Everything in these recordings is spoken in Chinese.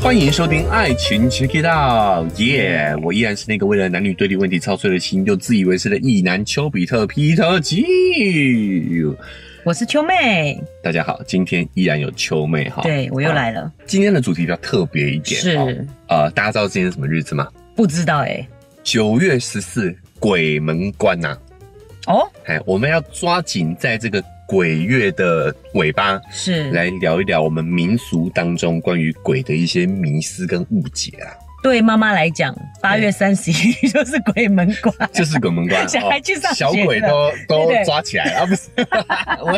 欢迎收听《爱情 Check It Out》，耶！我依然是那个为了男女对立问题操碎了心又自以为是的异男丘比特皮特基。我是秋妹，大家好，今天依然有秋妹哈。对我又啊来了，今天的主题比较特别一点，是、哦呃，大家知道今天是什么日子吗？不知道哎、九月十四，鬼门关呐、哦，哎，我们要抓紧在这个鬼月的尾巴，是来聊一聊我们民俗当中关于鬼的一些迷思跟误解啊，对妈妈来讲，八对月三十一 就是鬼门关，就是鬼门关， 哦小孩去上学小鬼了都都对对抓起来 啊，不是，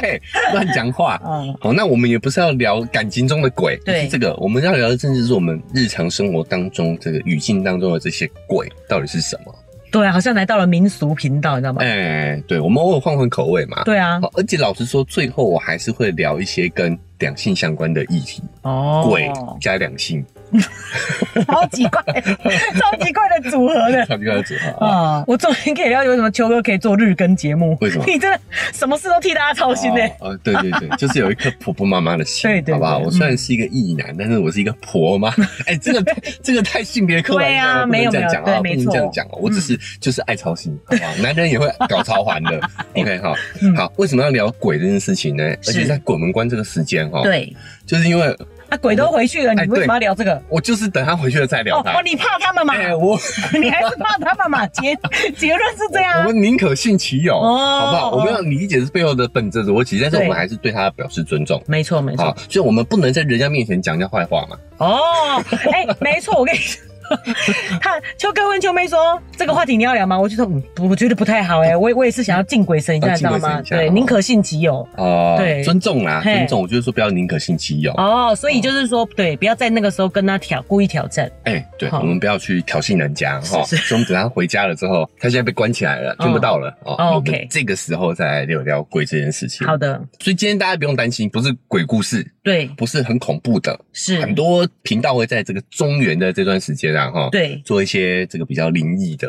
喂，乱讲话。哦嗯，好，那我们也不是要聊感情中的鬼，对不是这个，我们要聊的正是我们日常生活当中这个语境当中的这些鬼到底是什么？对啊，好像来到了民俗频道，你知道吗？哎、对，我们偶尔换换口味嘛。哦对啊，好，而且老实说，最后我还是会聊一些跟两性相关的议题，哦，鬼加两性，超奇 怪，超奇怪的组合的。差不多要组合啊。啊、我终于可以了解为什么秋哥可以做日更节目。为什么 你真的什么事都替大家操心欸呢、哦呃，对对对， 就是有一颗婆婆妈妈的心，对对对好不好？嗯我虽然是一个异男，但是我是一个婆 妈。哎，这个太这个太性别刻板印象了，对啊不没能有这样讲没啊，有不对能没错嗯这样讲哦。我只是就是爱操心，好不 好？男人也会搞操环的。OK，好，嗯好，为什么要聊鬼这件事情呢？而且是在鬼门关这个时间哈，，对，就是因为啊，鬼都回去了，哦哎你为对什么要聊这个？我就是等他回去了再聊哦他哦，。你怕他们嘛？哎，我 你还是怕他们嘛？结结论是这样啊。我们宁可信其有，哦好不好？我们要理解这背后的本质逻辑，但是我对们还是对他表示尊重。没错，没好错。，所以我们不能在人家面前讲人家坏话嘛。哦，哎、没错，我跟你说， 他秋哥问秋妹说这个话题你要聊吗？我就说，嗯，不我觉得不太好哎、我我也是想要敬鬼神一下，啊你知道敬鬼吗神一？下对，哦宁可信其有。哦，对尊重啦，嘿尊重，我就是说不要宁可信其有。哦，所以就是说，对，不要在那个时候跟他挑，故意挑战。哎，对，好我们不要去挑衅人家哈。所以我们等他回家了之 后，他现在被关起来了，哦听不到了哦。哦我们 OK 这个时候再来聊聊鬼这件事情。好，的，所以今天大家不用担心，不是鬼故事，对，不是很恐怖的，是很多频道会在这个中原的这段时间啊哈，对做一些这个比较灵异的。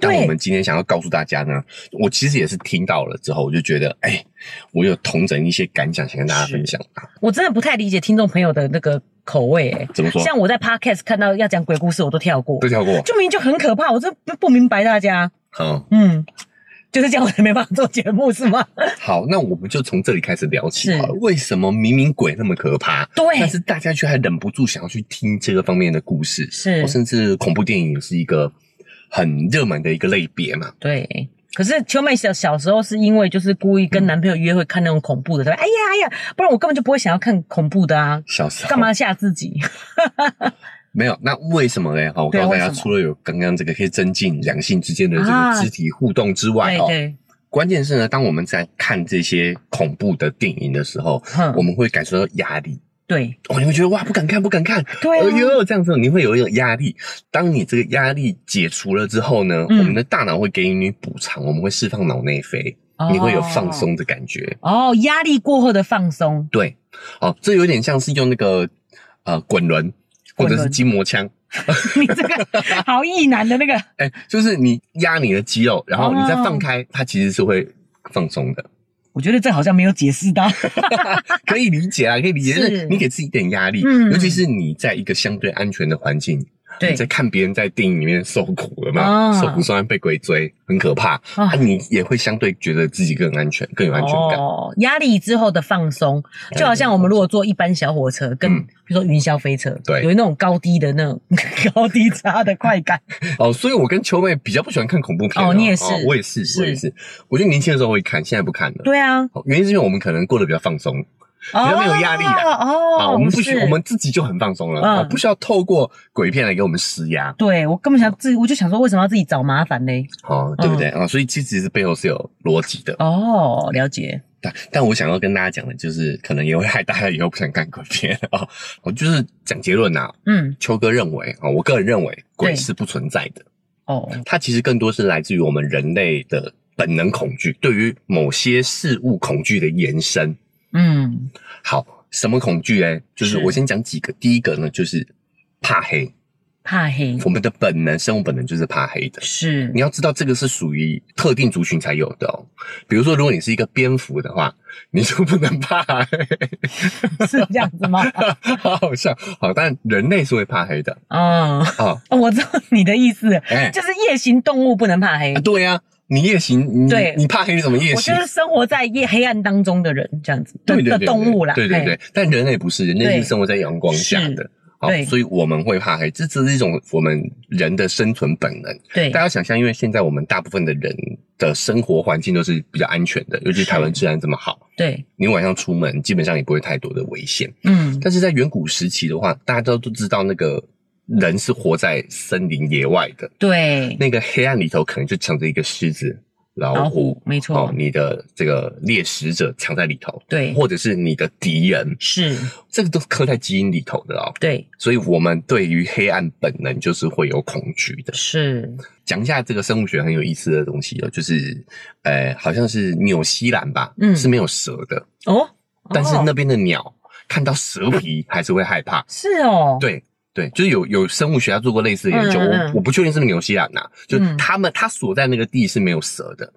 但对我们今天想要告诉大家呢，我其实也是听到了之后，我就觉得，哎、我有同整一些感想，想跟大家是分享啊。我真的不太理解听众朋友的那个口味哎、怎么说？像我在 podcast 看到要讲鬼故事，我都跳过都，跳过，就明明就很可怕，我真不不明白大家。嗯，嗯，就是这样，我才没办法做节目是吗？好，那我们就从这里开始聊起是好了。为什么明明鬼那么可怕，对但是大家却还忍不住想要去听这个方面的故事？是哦甚至恐怖电影也是一个很热门的一个类别嘛。对。可是秋妹小小时候是因为就是故意嗯跟男朋友约会看那种恐怖的，对吧？哎呀哎呀，不然我根本就不会想要看恐怖的啊，小时候干嘛吓 自己？没有？那为什么呢？哈，我对告啊诉大家，为什么除了有刚刚这个可以增进两性之间的这个啊肢体互动之外，对哦，对，关键是呢，当我们在看这些恐怖的电影的时候，哼我们会感受到压力。对哦，你会觉得哇，不敢看，不敢看，对啊哎呦，这样子你会有一种压力。当你这个压力解除了之后呢，嗯我们的大脑会给予你补偿，我们会释放脑内啡，你会有放松的感觉。啊哦，压力过后的放松， 对，哦，这有点像是用那个呃滚轮或滚轮者是筋膜枪，你这个好意男的那个哎、就是你压你的肌肉，然后你再哦放开，它其实是会放松的。我觉得这好像没有解释到。 可以理解啊，可以理解，是就是你给自己一点压力，嗯尤其是你在一个相对安全的环境，对你在看别人在电影里面受苦了嘛，啊受苦受难被鬼追，很可怕，啊，你也会相对觉得自己更安全，更有安全感。哦，压力之后的放松，就好像我们如果坐一般小火车，跟嗯比如说云霄飞车，对有那种高低的那种 高低差的快感。哦，所以我跟秋妹比较不喜欢看恐怖片啊、哦你也是我也是，是我也是。我觉得年轻的时候会看，现在不看了。对啊，哦原因是因为我们可能过得比较放松哦，较没有压力啊哦，啊，我们不需是我们自己就很放松了嗯啊，不需要透过鬼片来给我们施压，对我根本想自己，我就想说，为什么要自己找麻烦呢？哦，对不对啊？所以其实背后是有逻辑的。哦，了解，但但我想要跟大家讲的就是，可能也会害大家以后不想看鬼片啊。哦我就是讲结论呐、啊嗯，秋哥认为啊、哦我个人认为鬼对是不存在的，哦，它其实更多是来自于我们人类的本能恐惧，对于某些事物恐惧的延伸。嗯，好，什么恐惧呢？就是是我先讲几个，第一个呢就是怕黑，怕黑，我们的本能，生物本能就是怕黑的。是你要知道，这个是属于特定族群才有的哦。比如说，如果你是一个蝙蝠的话，你就不能怕黑， 是这样子吗？好好笑。好，但人类是会怕黑的嗯，哦。哦我知道你的意思，哎、就是夜行动物不能怕黑啊。对呀、你夜行，你对你怕黑，你怎么夜我就行？是生活在夜黑暗当中的人，这样子的对对的对动物啦，对对对，但人类不是，人类对是生活在阳光下的是。好对，所以我们会怕黑，这只是一种我们人的生存本能。大嘿对，家想象，因为现在我们大部分的人的生活环境都是比较安全的，尤其台湾治安这么好，对，你晚上出门基本上也不会太多的危险。嗯，但是在远古时期的话，大家都都知道那个人是活在森林野外的，对，那个黑暗里头可能就藏着一个狮子、老老虎虎，没哦错，，你的这个猎食者藏在里头，对或者是你的敌人，是，这个都刻在基因里头的哦。对，所以，我们对于黑暗本能就是会有恐惧的。是，讲一下这个生物学很有意思的东西哦，就是，呃，好像是纽西兰吧，嗯是没有蛇的，哦，但是哦那边的鸟看到蛇皮还是会害怕。是哦，对对，就是有有生物学家做过类似的研究，嗯嗯嗯我我不确定是不是纽西兰呐、就嗯他们、他所在那个地是没有蛇的，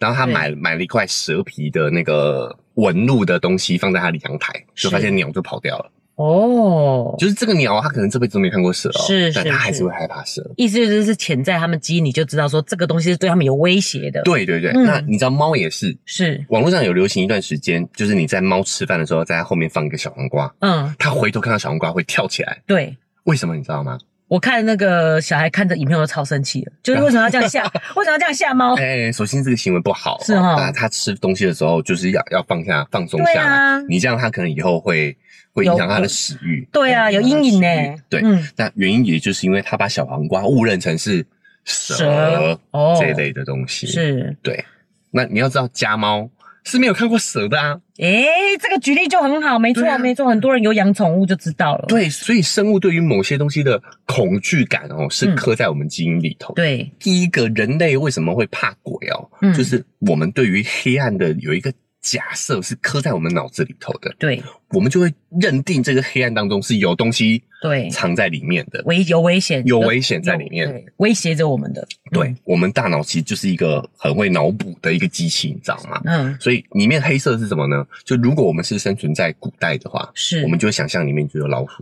然后他对买买了一块蛇皮的那个纹路的东西放在他的阳台，就是发现鸟就跑掉了。哦，就是这个鸟啊，它可能这辈子都没看过蛇哦，是但是它还是是会害怕蛇。意思就是潜在他们基因里就知道说这个东西是对他们有威胁的，，对对对，嗯那你知道猫也是，是，网络上有流行一段时间，就是你在猫吃饭的时候，在它后面放一个小黄瓜，嗯，它回头看到小黄瓜会跳起来，对。为什么你知道吗？我看那个小孩看着影片，我都超生气的，就是为什么要 这样吓？为什么要这样吓猫？哎、首先这个行为不好，哦是哦那它吃东西的时候就是要要放下放松下对来，啊你这样它可能以后会会影响它的食欲，对啊，嗯有阴影呢、对，嗯，那原因也就是因为它把小黄瓜误认成是蛇蛇哦这一类的东西，是，对。那你要知道家猫是没有看过蛇的啊，诶、这个举例就很好，没错、对啊没错，很多人有养宠物就知道了。对，所以生物对于某些东西的恐惧感哦，是嗯刻在我们基因里头的。对第一个，人类为什么会怕鬼哦？嗯就是我们对于黑暗的有一个假设是刻在我们脑子里头的，对我们就会认定这个黑暗当中是有东西对，藏在里面的，危有危险，有危险在里面有，对威胁着我们的。对，我们大脑其实就是一个很会脑补的一个机器，你知道吗？嗯，嗯，所以里面黑色是什么呢？就如果我们是生存在古代的话，是我们就会想象里面就有老虎，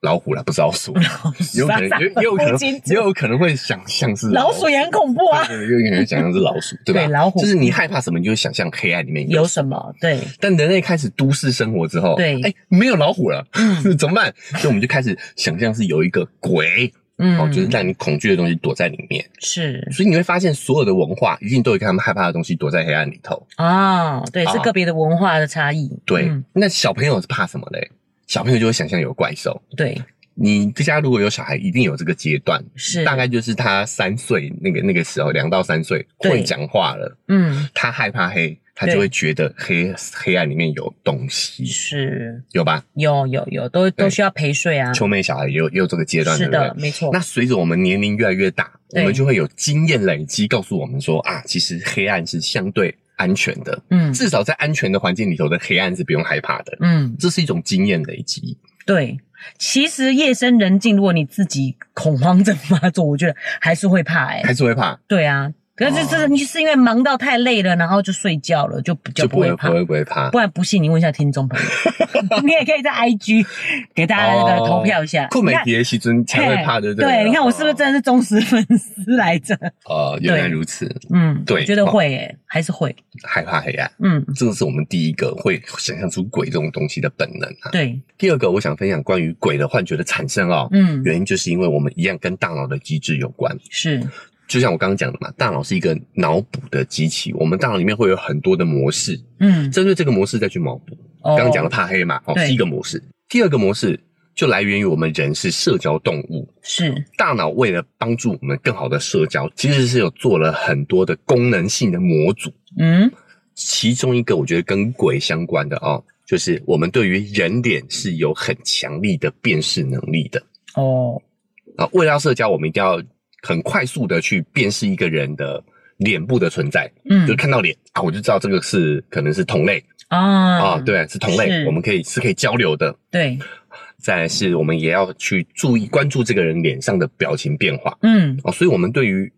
老虎啦，不是老 鼠，有可能，傻傻也也有可不能，清楚也有可能会想象是老鼠也很恐怖啊，对，对也有可能想象是老 鼠，对吧？对老虎就是你害怕什么，你就想象黑暗里面有有。什么？对，但人类开始都市生活之后，对哎，没有老虎 了，嗯怎么办？所以我们就开始想象是有一个鬼，嗯哦，就是让你恐惧的东西躲在里面。是所以你会发现，所有的文化一定都有一个他们害怕的东西躲在黑暗里头。啊、哦，对，啊是个别的文化的差异。对，嗯那小朋友是怕什么嘞？小朋友就会想象有怪兽，对，你家如果有小孩，一定有这个阶段，是大概就是他三岁那个那个时候，两到三岁对会讲话了，嗯，他害怕黑，他对就会觉得黑黑暗里面有东西，是有吧？有有有，都对都需要陪睡啊。秋妹小孩也有也有这个阶段，是对不的，对？没错那。随着我们年龄越来越大，我对们就会有经验累积，告诉我们说啊，其实黑暗是相对安全的，嗯至少在安全的环境里头的黑暗是不用害怕的。嗯，这是一种经验累积，对。其实夜深人静，如果你自己恐慌症发作，我觉得还是会怕哎、还是会怕，对啊，可是这哦是你是因为忙到太累了，然后就睡觉了，就比较就不不会会怕不。会不会怕不。然不信你问一下听众 朋友，你也可以在 IG 给大家那个哦投票一下。困你美看蝶西尊才会怕，对不对？对，你看我是不是真的是忠实粉丝来着？哦？呃，原来对如此，嗯，对哦我觉得会诶、还是会，害怕黑暗，嗯，这个是我们第一个会想象出鬼这种东西的本能啊。对，第二个，我想分享关于鬼的幻觉的产生哦，嗯，原因就是因为我们一样跟大脑的机制有关。是，就像我刚刚讲的嘛，大脑是一个脑补的机器，我们大脑里面会有很多的模式，嗯，哦针对这个模式再去脑补。刚刚刚讲的怕黑嘛，哦，对是一个模式。第二个模式就来源于我们人是社交动物，是，大脑为了帮助我们更好的社交，其实是有做了很多的功能性的模组。嗯，其中一个我觉得跟鬼相关的哦，就是我们对于人脸是有很强力的辨识能力的哦，啊。为了要社交，我们一定要很快速的去辨识一个人的脸部的存在，嗯就是看到脸啊，我就知道这个是可能是同类啊啊，，对，是同类，是我们可以是可以交流的。对，再来是我们也要去注意关注这个人脸上的表情变化嗯，哦，所以我们对于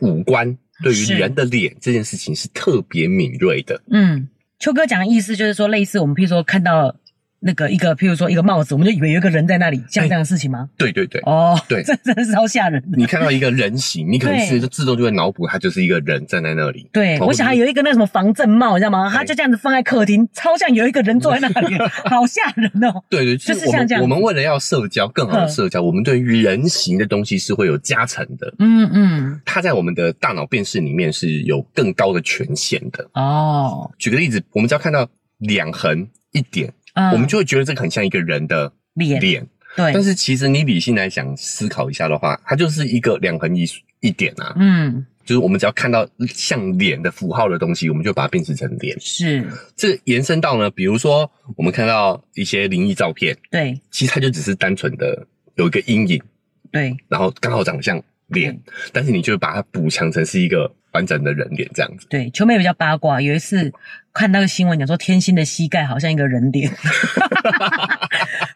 五官、对于是人的脸这件事情是特别敏锐的。嗯，秋哥讲的意思就是说，类似我们譬如说看到那个一个，譬如说一个帽子，我们就以为有一个人在那里，像对这样的事情吗？对对对，哦，对嗯这真的是超吓人的。你看到一个人形，你可能是对就自动就会脑补他就是一个人站在那里。对，哦我想还有一个那什么防震帽，你知道吗？对嗯他就这样子放在客厅，超像有一个人坐在那里，好吓人哦。对对，就就是是我像们这样我们为了要社交，更好的嗯社交，我们对于人形的东西是会有加成的。嗯嗯，它在我们的大脑辨识里面是有更高的权限的。哦，举个例子，我们只要看到两横一点，嗯我们就会觉得这个很像一个人的脸脸，对但，是其实你理性来想思考一下的话，它就是一个两横一一点啊，嗯，就是我们只要看到像脸的符号的东西，我们就把它辨识成脸。是，这延伸到呢，比如说我们看到一些灵异照片，对其实它就只是单纯的有一个阴影，对，然后刚好长得像脸，嗯但是你就把它补强成是一个完整的人脸这样子。 对，秋妹比较八卦，有一次看那个新闻讲说天心的膝盖好像一个人脸，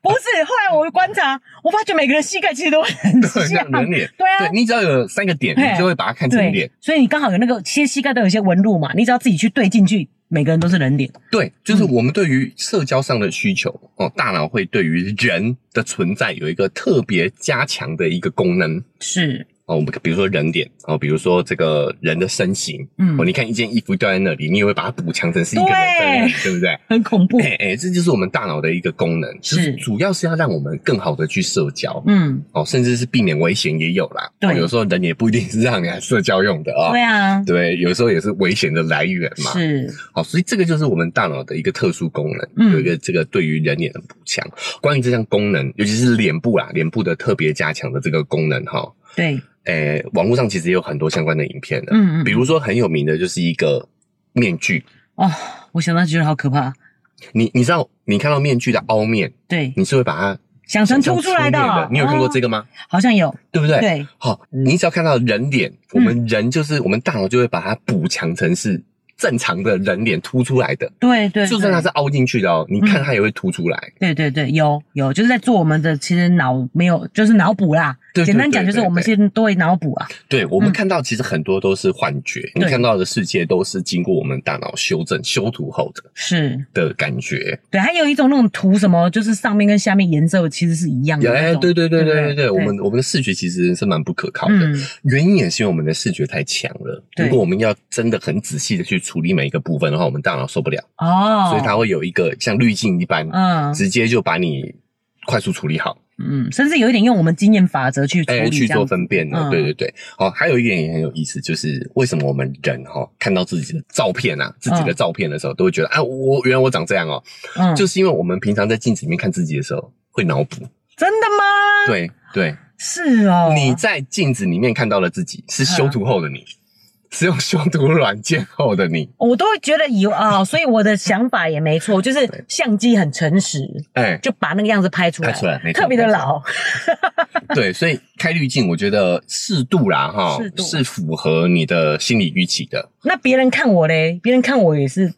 不是。后来我观察，我发觉每个人膝盖其实都很对，像像，人脸。对啊对你只要有三个点，嘿你就会把它看成脸对。，所以你刚好有那个，其实膝盖都有一些纹路嘛，你只要自己去对进去，每个人都是人脸。对，嗯就是我们对于社交上的需求哦，大脑会对于人的存在有一个特别加强的一个功能是，哦。我们比如说人脸哦，比如说这个人的身形嗯哦，，你看一件衣服掉在那里，你也会把它补强成是一个人在那里，对不对？很恐怖。哎哎，这就是我们大脑的一个功能，就是是主要是要让我们更好的去社交。嗯，哦，甚至是避免危险也有啦。对哦有时候人也不一定是让你来社交用的啊、对啊，对，有时候也是危险的来源嘛。是，好，哦所以这个就是我们大脑的一个特殊功能，嗯有一个这个对于人脸的补强。关于这项功能，尤其是脸部啦，脸部的特别加强的这个功能哈，对，诶、网络上其实也有很多相关的影片的，嗯嗯，比如说很有名的就是一个面具，哦，我想到就觉得好可怕。你你知道你看到面具的凹面，对，你是会把它想成像凸出来的面哦，你有看过这个？个吗？好像有，对不对？。对，嗯好，你只要看到人脸，我们人就是、我们大脑就会把它补强成是正常的人脸凸出来的，对对，就算它对嗯是凹进去的哦，你看它也会凸出来。对对对，有有，就是在做我们的，其实脑没有，就是脑补啦。对对简单讲对就是对我们对是都会脑补啊。对我们嗯看到其实很多都是幻觉，你对看到的世界都是经过我们大脑修正、修图后的是的感觉。对，还有一种那种图什么，就是上面跟下面颜色其实是一样的嗯那哎，种。对对对对对不对对，对，我们我们的视觉其实是蛮不可靠的。嗯原因也是因为我们的视觉太强了。对如果我们要真的很仔细的去处理每一个部分的话，我们大脑受不了，哦，所以它会有一个像滤镜一般，嗯直接就把你快速处理好，嗯，甚至有一点用我们经验法则去处哎，理去这样做子分辨了。嗯对对对，好，还有一点也很有意思，就是为什么我们人哈、看到自己的照片啊，自己的照片的时候，都会觉得啊，我原来我长这样哦，嗯，就是因为我们平常在镜子里面看自己的时候会脑补，真的吗？，对对，是哦，你在镜子里面看到的自己是修图后的你，嗯是用修图软件后的你，我都会觉得以啊、所以我的想法也没错，就是相机很诚实，哎，就把那个样子拍出来，拍出来没错特别的没错老， 对，所以开滤镜我觉得适度啦哈适，度是符合你的心理预期的，那别人看我嘞，别人看我 也是，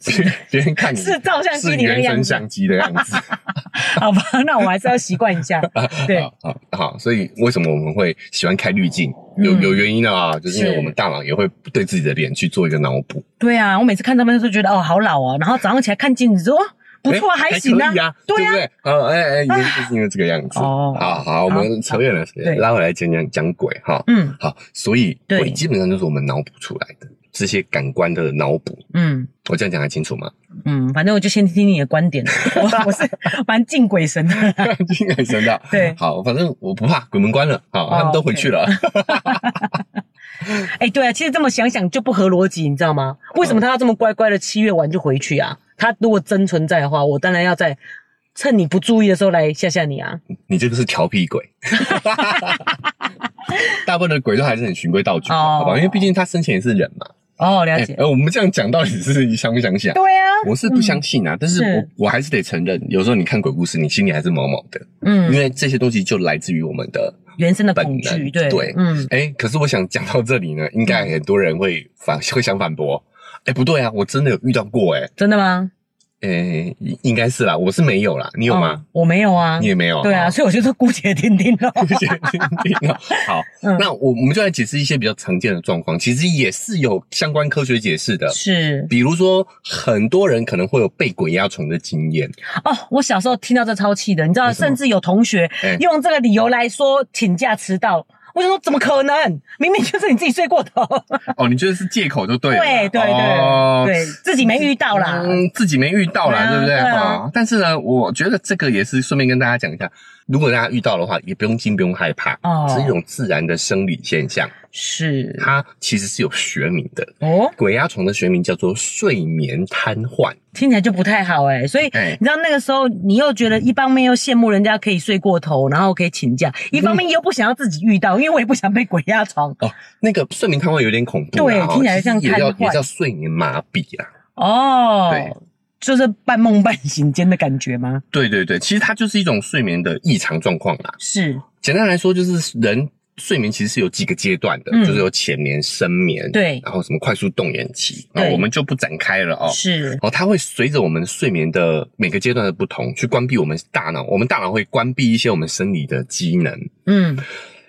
别人看你是照相机是里面的原样生子相机的样子。好吧？ 那我还是要习惯一 下。对，好好啊好，所以为什么我们会喜欢开滤镜？有嗯有原因的啊，就是因为是我们大脑也会对自己的脸去做一个脑补。对啊，我每次看他们都觉得哦，好老哦，然后早上起来看镜子说哦不错啊，诶还行啊可以啊，对不啊，对？呃，哎哎，原因就是因为这个样子。哦好好，我们扯远了，扯远了对拉回来讲讲讲鬼哈。嗯好，所以对鬼基本上就是我们脑补出来的这些感官的脑补。嗯我这样讲还清楚 吗？ 嗯，反正我就先听听你的观点，我我是蛮敬鬼神的。应该神到。对好，反正我不怕，鬼门关了，好，哦他们都回去了。哎，对啊，其实这么想想就不合逻辑，你知道吗？为什嗯么他要这么乖乖的七月完就回去啊？他如果真存在的话，我当然要在趁你不注意的时候来吓吓你啊。你这个是调皮 鬼。大部分的鬼都还是很循规蹈矩的，哦好吧？因为毕竟他生前也是人嘛。哦，了哎、解。呃我们这样讲到底是相不相信啊？对啊，我是不相信啊，但是是我我还是得承认，有时候你看鬼故事，你心里还是毛毛的，嗯因，为这些东西就来自于我们的。原生的恐本惧，能对对嗯，哎、可是我想讲到这里呢，应该 很多人会反会想反驳，哎、不对啊，我真的有遇到过、哎，真的吗？诶、应应该是啦，我是没有啦，你有吗？嗯我没有啊你，也没有，哦对啊，好所以我就说姑且听听 咯。好，嗯那我我们就来解释一些比较常见的状况，其实也是有相关科学解释的。是比如说，很多人可能会有被鬼压床的经验，哦，我小时候听到这超气的，你知道，为什么甚至有同学哎用这个理由来说请假迟到。我想说，怎么可能？明明就是你自己睡过头。 哦，你觉得是借口就对了， 对对哦对对，自己没遇到啦。嗯，自己没遇到啦，对啊对不对？对啊哈、但是呢，我觉得这个也是顺便跟大家讲一下，如果大家遇到的话，也不用惊，不用害怕，哦是一种自然的生理现象，是它其实是有学名的。哦，鬼压床的学名叫做睡眠瘫痪，听起来就不太好哎、所以哎你知道那个时候，你又觉得一方面又羡慕人家可以睡过头，然后可以请假，一方面又不想要自己遇到，因为我也不想被鬼压床。那个睡眠瘫痪有点恐怖、啊，对哈听起来其实像也叫瘫痪也叫睡眠麻痹啊。哦，对，就是半梦半醒间的感觉吗？对对对，其实它就是一种睡眠的异常状况啦。是，简单来说，就是人睡眠其实是有几个阶段的，嗯就是有浅眠、深眠，对然后什么快速动眼期，对那我们就不展开了哦。是，哦，它会随着我们睡眠的每个阶段的不同，去关闭我们大脑，我们大脑会关闭一些我们生理的机能。嗯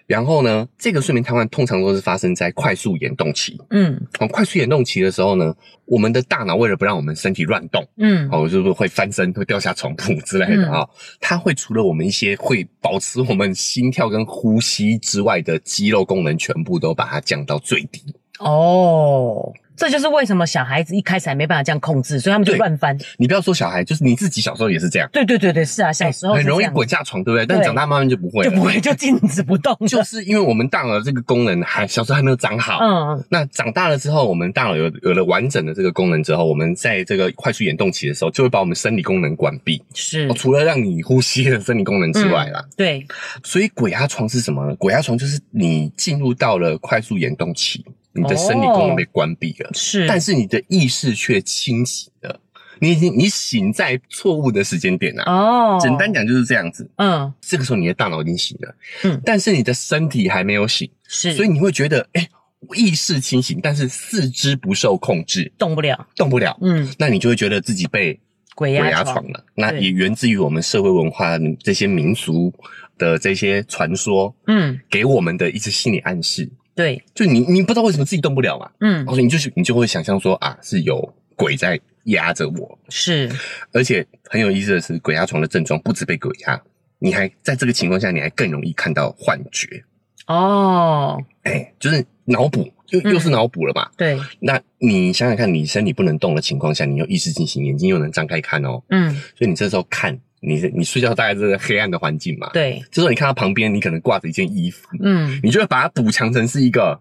然后呢，这个睡眠瘫痪通常都是发生在快速眼动期。嗯哦，快速眼动期的时候呢，我们的大脑为了不让我们身体乱动，嗯，哦，就是会翻身、会掉下床铺之类的啊、哦它会除了我们一些会保持我们心跳跟呼吸之外的肌肉功能，全部都把它降到最低。哦。这就是为什么小孩子一开始还没办法这样控制，所以他们就对乱翻。你不要说小孩，就是你自己小时候也是这样，对对对对，是啊，小时候哎很是容易这样滚下床，对不对？但对长大慢慢就不会就了，不会就静止不动。 就是因为我们大脑这个功能还小时候还没有长好。嗯，那长大了之后，我们大脑有有了完整的这个功能之后，我们在这个快速眼动期的时候，就会把我们生理功能关闭，是嗯哦、，除了让你呼吸的生理功能之外啦。对，所以鬼压床是什么呢？鬼压床就是你进入到了快速眼动期，你的生理功能被关闭了，是，但是你的意识却清醒的，你已经你醒在错误的时间点啊。哦，简单，讲就是这样子。嗯，这个时候你的大脑已经醒了，嗯但是你的身体还没有醒，是，所以你会觉得，哎、我意识清醒，但是四肢不受控制，动不了。动不了，嗯，那你就会觉得自己被鬼鬼压压床床。了。那对也源自于我们社会文化这些民俗的这些传说，嗯，给我们的一些心理暗示。对，就就你你不知道为什么自己动不了嘛，嗯然后你就是你就会想象说啊是有鬼在压着我，是，而且很有意思的是，鬼压床的症状不止被鬼压，你还在这个情况下你还更容易看到幻觉，哦，哎、就是脑补又嗯又是脑补了嘛。对，那你想想看，你身体不能动的情况下，你又意识进行，眼睛又能张开看哦，嗯，所以你这时候看你你睡觉大概是在黑暗的环境嘛，，对，这时候你看到旁边你可能挂着一件衣服，嗯，你就会把它补强成是一个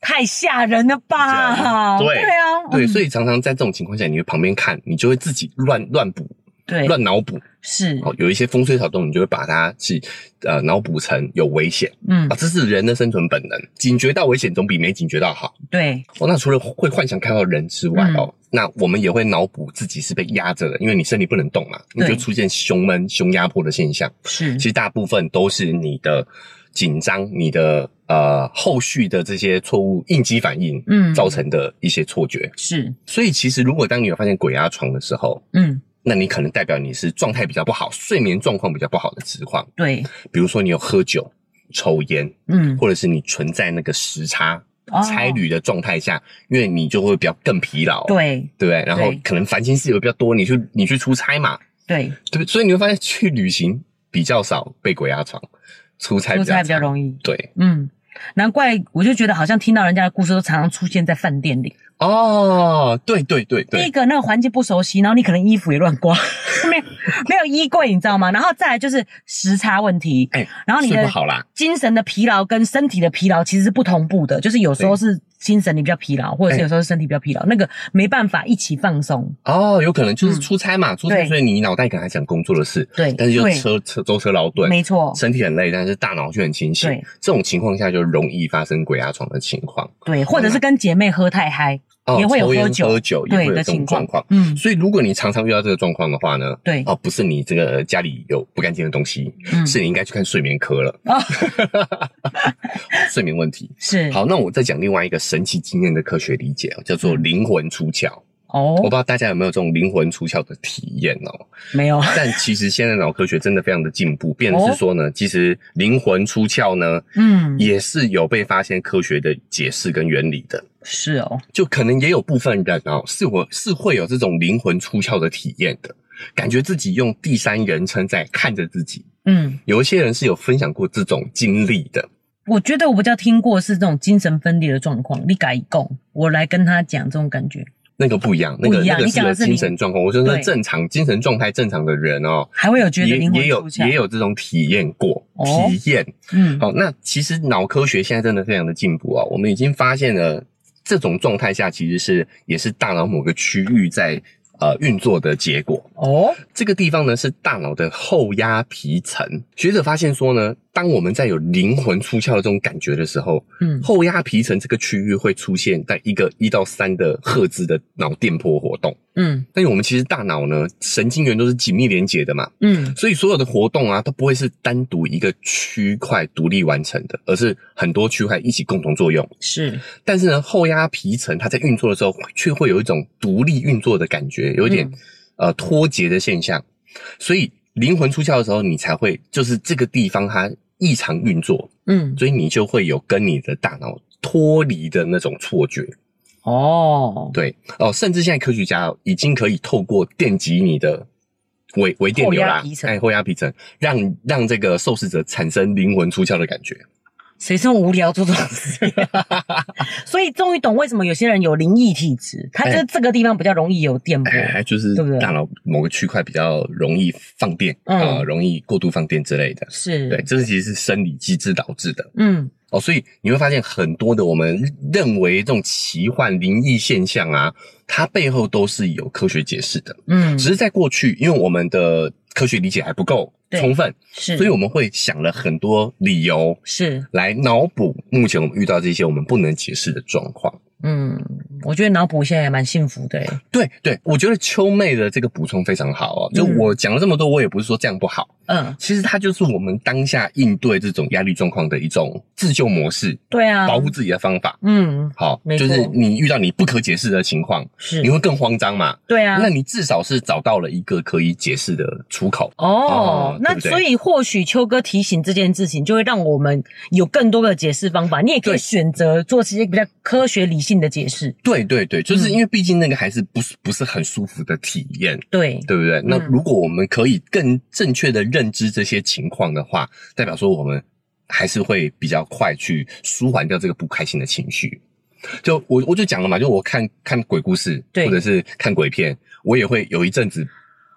太吓人了吧？对对啊，对，嗯所以常常在这种情况下，你会旁边看，你就会自己乱乱补、对乱脑补。是，哦，有一些风吹草动，你就会把它去呃脑补成有危险嗯啊，，这是人的生存本能，警觉到危险总比没警觉到好。对，哦，那除了会幻想看到人之嗯外、哦，那我们也会脑补自己是被压着的，因为你身体不能动嘛，你对就出现胸闷、胸压迫的现象。是其，实大部分都是你的紧张、你的呃后续的这些错误应激反应，嗯造成的一些错觉。是，所以其实如果当你有发现鬼压床的时候，嗯，那你可能代表你是状态比较不好、睡眠状况比较不好的情况，对，比如说你有喝酒、抽烟，嗯，或者是你存在那个时差哦差旅的状态下，因为你就会比较更疲劳，对对不对？然后可能烦心事也比较多，你去你去出差嘛，对，对不对？所以你会发现去旅行比较少被鬼压床，出差出比较差比较常容易，对嗯。难怪我就觉得好像听到人家的故事都常常出现在饭店里。哦，对对对第一对，个那个环境不熟悉，然后你可能衣服也乱挂， 没有没有衣柜，你知道吗？然后再来就是时差问题，哎然后你睡的不好啦，精神的疲劳跟身体的疲劳其实是不同步的，就是有时候是精神你比较疲劳，或者是哎有时候是身体比较疲劳，那个没办法一起放松。哦，有可能就是嗯出差嘛，出差对所以你脑袋可能还想工作的事，对，但是就对，车车舟车劳顿，没错，身体很累，但是大脑却很清醒对。这种情况下就容易发生鬼压床的情况，对，或者是跟姐妹喝太嗨，哦也会有抽喝烟、酒喝酒也会对有的这种情况状况。嗯，所以，如果你常常遇到这个状况的话呢，对哦，不是你这个家里有不干净的东西，嗯是你应该去看睡眠科了，哦， 睡眠问题。是，好，那我再讲另外一个神奇经验的科学理解哦，叫做灵魂出窍。我不嗯哦，知道大家有没有这种灵魂出窍的体验哦。没有，但其实现在脑科学真的非常的进步，便是说呢，其实灵魂出窍呢，哦嗯，也是有被发现科学的解释跟原理的。是哦，就可能也有部分人哦，是我是会有这种灵魂出窍的体验的，感觉自己用第三人称在看着自己。嗯，有一些人是有分享过这种经历的，我觉得我比较听过是这种精神分裂的状况，你改供，我来跟他讲这种感觉，那个不一样，那不个一样那个你讲有的是精神状况。我说是对正常精神状态正常的人哦，还会有觉得也灵魂也有出也窍，有这种体验过、哦体验。嗯，好、那其实脑科学现在真的非常的进步啊、我们已经发现了这种状态下其实是也是大脑某个区域在呃运作的结果。哦，这个地方呢是大脑的后压皮层。学者发现说呢，当我们在有灵魂出窍的这种感觉的时候，嗯，后压皮层这个区域会出现在一个一到三的赫兹的脑电波活动。嗯，但是我们其实大脑呢，神经元都是紧密连接的嘛，嗯，所以所有的活动啊，都不会是单独一个区块独立完成的，而是很多区块一起共同作用。是，但是呢，后压皮层它在运作的时候，却会有一种独立运作的感觉，有一点、呃脱节的现象。所以灵魂出窍的时候，你才会就是这个地方它异常运作，嗯，所以你就会有跟你的大脑脱离的那种错觉。哦，对哦，甚至现在科学家已经可以透过电极你的微微电流后啦压皮，层哎，后压皮层，让让这个受试者产生灵魂出窍的感觉。谁这么无聊做这种事？ 所以终于懂为什么有些人有灵异体质，他就是这个地方比较容易有电波。哎，就是对不对大脑某个区块比较容易放电啊、嗯呃容易过度放电之类的。是，对，，这是其实是生理机制导致的嗯，哦，所以你会发现很多的我们认为这种奇幻灵异现象啊，它背后都是有科学解释的。嗯，只是在过去，因为我们的科学理解还不够对充分，是，所以我们会想了很多理由是，来脑补目前我们遇到这些我们不能解释的状况。嗯，我觉得脑补现在也蛮幸福的欸，对对，我觉得秋妹的这个补充非常好哦。就嗯我讲了这么多，我也不是说这样不好，嗯，其实它就是我们当下应对这种压力状况的一种自救模式，对啊，保护，自己的方法。嗯，好，没就错嗯是你遇到你不可解释的情况，是你，会更慌张嘛？对啊那。你至少是找到了一个可以解释的出口。哦哦，那对不对所以或许秋哥提醒这件事情，就会让我们有更多的解释方法。你也可以对选择做这些比较科学理性的解释。对对对，就是嗯因为毕竟那个还是不是不是很舒服的体验，对，对不对？嗯那如果我们可以更正确的认知这些情况的话，代表说我们还是会比较快去舒缓掉这个不开心的情绪。就我我就讲了嘛，就我看看鬼故事，对或者是看鬼片，我也会有一阵子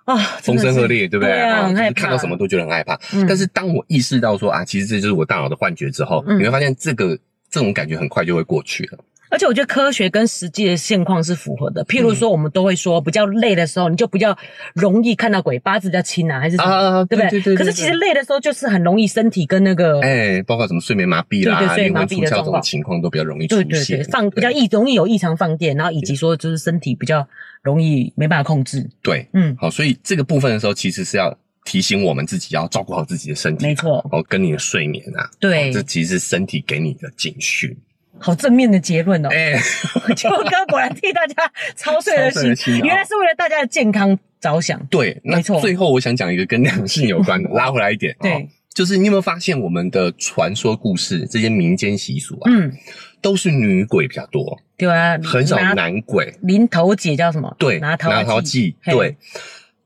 啊，真风的声是鹤唳，对不对？对啊，哦很就是害怕。看到什么都觉得很害怕。嗯但是当我意识到说啊，其实这就是我大脑的幻觉之后，嗯你会发现这个这种感觉很快就会过去了。而且我觉得科学跟实际的现况是符合的。譬嗯如说，我们都会说，比较累的时候，你就比较容易看到鬼，八字比较轻啊，还是什么，啊，对不对？可是其实累的时候，就是很容易身体跟那个，哎，包括什么睡眠麻痹对啦、对睡灵眠麻魂痹出的窍这状种况情况都比较容易出对现，对对，放比较易容易有异常放电，然后以及说就是身体比较容易没办法控制。对。嗯，好，所以这个部分的时候，其实是要提醒我们自己要照顾好自己的身体，没错哦，跟你的睡眠啊，对这，其实是身体给你的警讯。好正面的结论哦。哎，秋哥果然替大家操碎了操碎了心心，啊原来是为了大家的健康着想。对，那没错最后我想讲一个跟两性有关的， 拉回来一点，对哦，就是你有没有发现我们的传说故事这些民间习俗啊，嗯，都是女鬼比较多，对啊，很少拿男鬼。零头姐叫什么？对，拿桃桃剂，嘿对。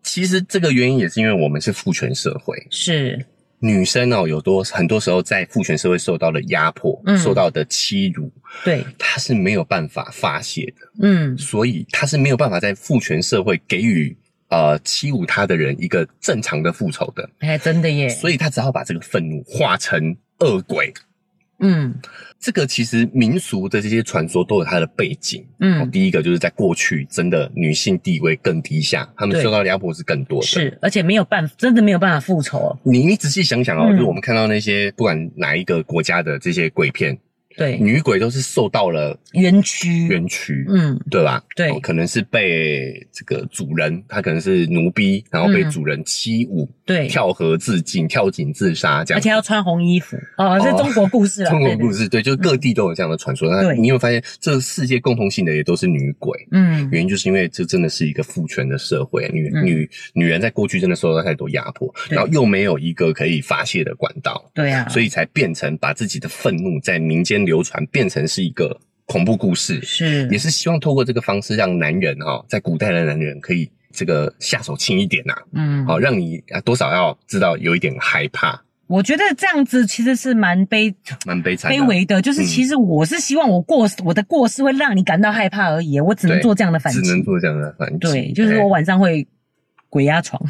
其实这个原因也是因为我们是父权社会，是，女生哦，有多很多时候在父权社会受到的压迫，嗯受到的欺辱，对，她是没有办法发泄的，嗯，所以她是没有办法在父权社会给予呃欺侮她的人一个正常的复仇的，哎，真的耶，所以她只好把这个愤怒化成恶鬼。嗯这个其实民俗的这些传说都有它的背景。哦嗯，第一个就是在过去，真的女性地位更低下，她们对受到的压迫是更多的。是，而且没有办法，真的没有办法复仇哦。你你仔细想想哦，嗯就是我们看到那些不管哪一个国家的这些鬼片，对，女鬼都是受到了园区，冤屈，嗯，对吧？对哦可能是被这个主人，他可能是奴婢，然后被嗯主人欺侮，对，跳河自尽、跳井自杀这样而且要穿红衣服哦，这哦中国故事了，中国故事，事对，就是各地都有这样的传说。那嗯对你有没有发现，这世界共通性的也都是女鬼。嗯，原因就是因为这真的是一个父权的社会，女、嗯女女人在过去真的受到太多压迫，对然后又没有一个可以发泄的管道，对啊，所以才变成把自己的愤怒在民间流传，变成是一个恐怖故事，是也是希望透过这个方式让男人哈、在古代的男人可以这个下手轻一点呐、嗯，好、让你啊多少要知道有一点害怕，我觉得这样子其实是蛮悲蛮悲惨的，卑微的，就是嗯其实我是希望我过我的过失会让你感到害怕而已，我只能对做这样的反只能哎击。做这样的反击，对，就 是我晚上会鬼压床，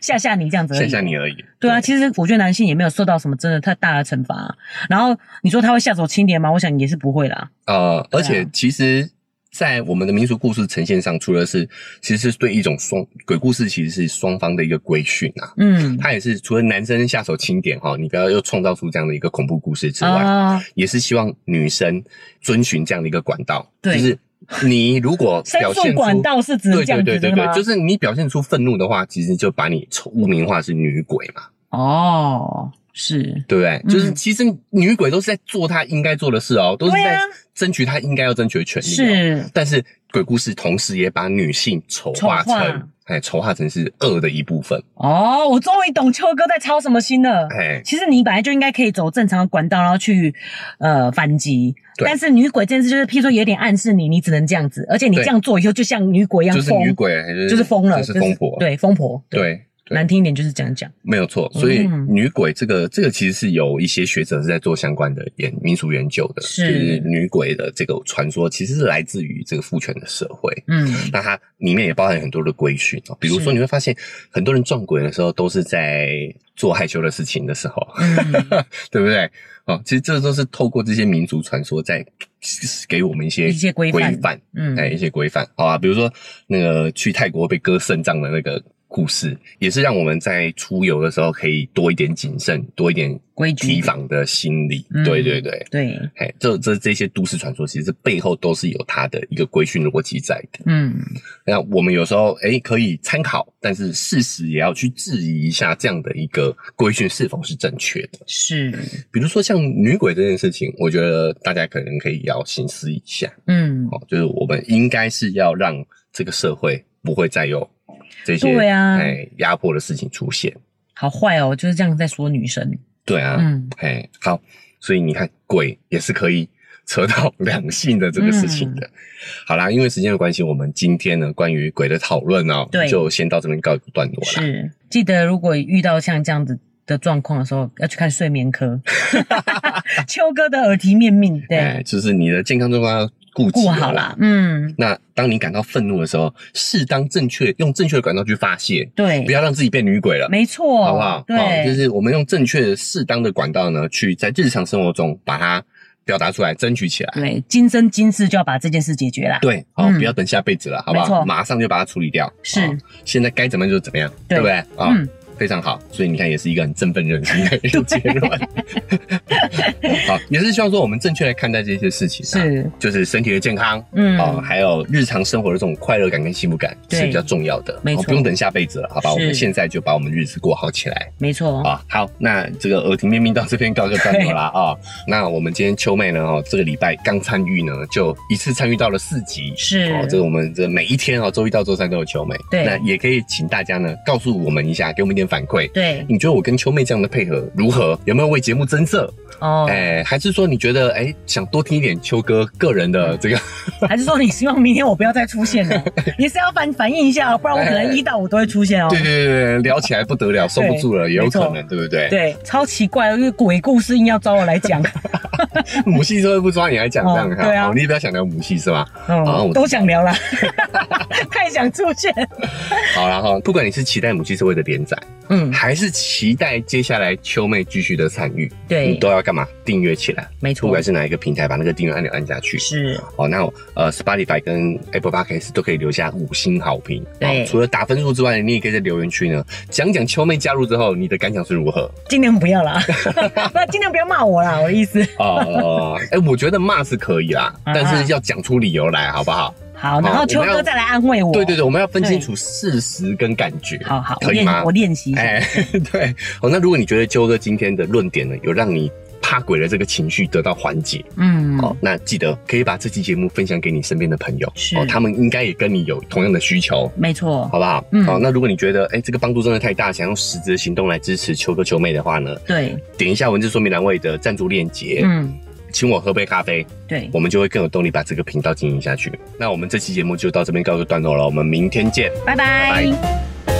吓吓你这样子而吓已。吓你而已。对啊，其实我觉得男性也没有受到什么真的太大的惩罚啊、然后你说他会下手轻点吗？我想也是不会啦。呃，对而啊且其实，在我们的民俗故事呈现上，除了是其实是对一种双鬼故事，其实是双方的一个规训啊。嗯它也是除了男生下手轻点哈，你不要又创造出这样的一个恐怖故事之外，啊，也是希望女生遵循这样的一个管道，对就是你如 果申表现诉出管道是指对这样对子对对的吗？对，就是你表现出愤怒的话，其实就把你丑污名化是女鬼嘛，哦，是对不对？嗯就是其实女鬼都是在做她应该做的事哦，都是对在啊争取她应该要争取的权利、哦。是，但是鬼故事同时也把女性丑化丑化成，哎，丑化成是恶的一部分，哦，我终于懂秋哥在操什么心了。哎，其实你本来就应该可以走正常的管道，然后去呃反击。对但是女鬼这件事，就是譬如说有点暗示你，你只能这样子，而且你对这样做以后，就像女鬼一样就是疯，女鬼，还是就是疯了，就是疯婆，对疯婆，对对，难听一点就是这样讲。没有错。所以嗯女鬼这个这个其实是有一些学者是在做相关的研民俗研究的，是就是女鬼的这个传说其实是来自于这个父权的社会。 嗯，那它里面也包含很多的规训哦，比如是说你会发现，很多人撞鬼的时候都是在做害羞的事情的时候， 嗯对不对？哦，其实这都是透过这些民族传说在给我们一些一些规范范，嗯，哎，一些规范，好啊，比如说那个去泰国被割肾脏的那个故事，也是让我们在出游的时候可以多一点谨慎，多一点规矩提防的心理。嗯对对对，对，哎，这这这些都市传说，其实背后都是有它的一个规训逻辑在的。嗯，那我们有时候哎可以参考，但是事实也要去质疑一下这样的一个规训是否是正确的。是，比如说像女鬼这件事情，我觉得大家可能可以要深思一下。嗯，哦，就是我们应该是要让这个社会不会再有这些对啊哎压迫的事情出现。好坏哦，就是这样在说女生。对啊，嗯，哎，好，所以你看，鬼也是可以 扯到两性的这个事情嗯的。好啦，因为时间的关系，我们今天呢关于鬼的讨论哦对，就先到这边告一个段落啦。哎是，记得如果遇到像这样子的状况的时候，要去看睡眠科， 秋哥的耳提面命，对，哎，就是你的健康状况要顾及顾好啦啦。，嗯，那当你感到愤怒的时候，适当正确用正确的管道去发泄，对不，要让自己变女鬼了。没错，好不好？哦对，好就是我们用正确、适当的管道呢，去在日常生活中把它表达出来，争取起来。对，今生今世就要把这件事解决啦。对，好，嗯不要等下辈子了，好不没错好？马上就把它处理掉。是好现在该怎么样就怎么样，对对不对？啊嗯，非常好。所以你看，也是一个很振奋人心的一个结论。 好，也是希望说我们正确来看待这些事情，，啊是，就是身体的健康。嗯，哦，还有日常生活的这种快乐感跟幸福感对是比较重要的，没哦错不用等下辈子了，好吧？是我们现在就把我们日子过好起来。没错，啊，好，那这个耳提面命到这边告一个段落 啦啊、那我们今天秋妹呢，哦，这个礼拜刚参与呢，就一次参与到了四集。是，哦，这个我们这每一天哦，周一到周三都有秋妹。对那也可以请大家呢，告诉我们一下，给我们一点反馈。对，你觉得我跟秋妹这样的配合如何？有没有为节目增色？哦，哎、还是说你觉得哎、想多听一点秋哥个人嗯的这个？还是说你希望明天我不要再出现了？也是要反反映一下哦，不然我可能一到五都会出现哦。 哎对对对对，聊起来不得 了，受不住了，也有没错可能，对不对？对，超奇怪，因为鬼故事硬要找我来 讲，啊母系社会不抓你还讲这样哦哈、对啊哦你也不要想聊母系是吧？啊嗯，我都想聊啦， 太想出现，好啦哈，不管你是期待母鸡社会的连载，嗯，还是期待接下来秋妹继续的参与，你对，都要干嘛？订阅起来，没不错管，是哪一个平台，把那个订阅按钮按下去。是，哦，那我呃，Spotify 跟 Apple Podcast 都可以留下五星好评。对哦除了打分数之外，你也可以在留言区呢讲讲秋妹加入之后你的感想是如何。 尽量不要啦，那尽量不要骂我啦，我的意思，哦，哦， 哎、我觉得骂是可以啦，啊但是要讲出理由来，好不好？好，然好后我秋们要哥再来安慰我。对对对，我们要分对清楚事实跟感觉。好好，我可以吗练我练习一 下。哎、对，好，那如果你觉得秋哥今天的论点呢，有让你怕鬼的这个情绪得到缓解，嗯，哦，那记得可以把这期节目分享给你身边的朋友，是哦，他们应该也跟你有同样的需求。没错，好不好？嗯好、那如果你觉得哎、这个帮助真的太大，想用实质的行动来支持秋哥秋妹的话呢，对，点一下文字说明栏位的赞助链接，嗯，请我喝杯咖啡，对，我们就会更有动力把这个频道经营下去。那我们这期节目就到这边告一个段落了，我们明天见。拜拜。拜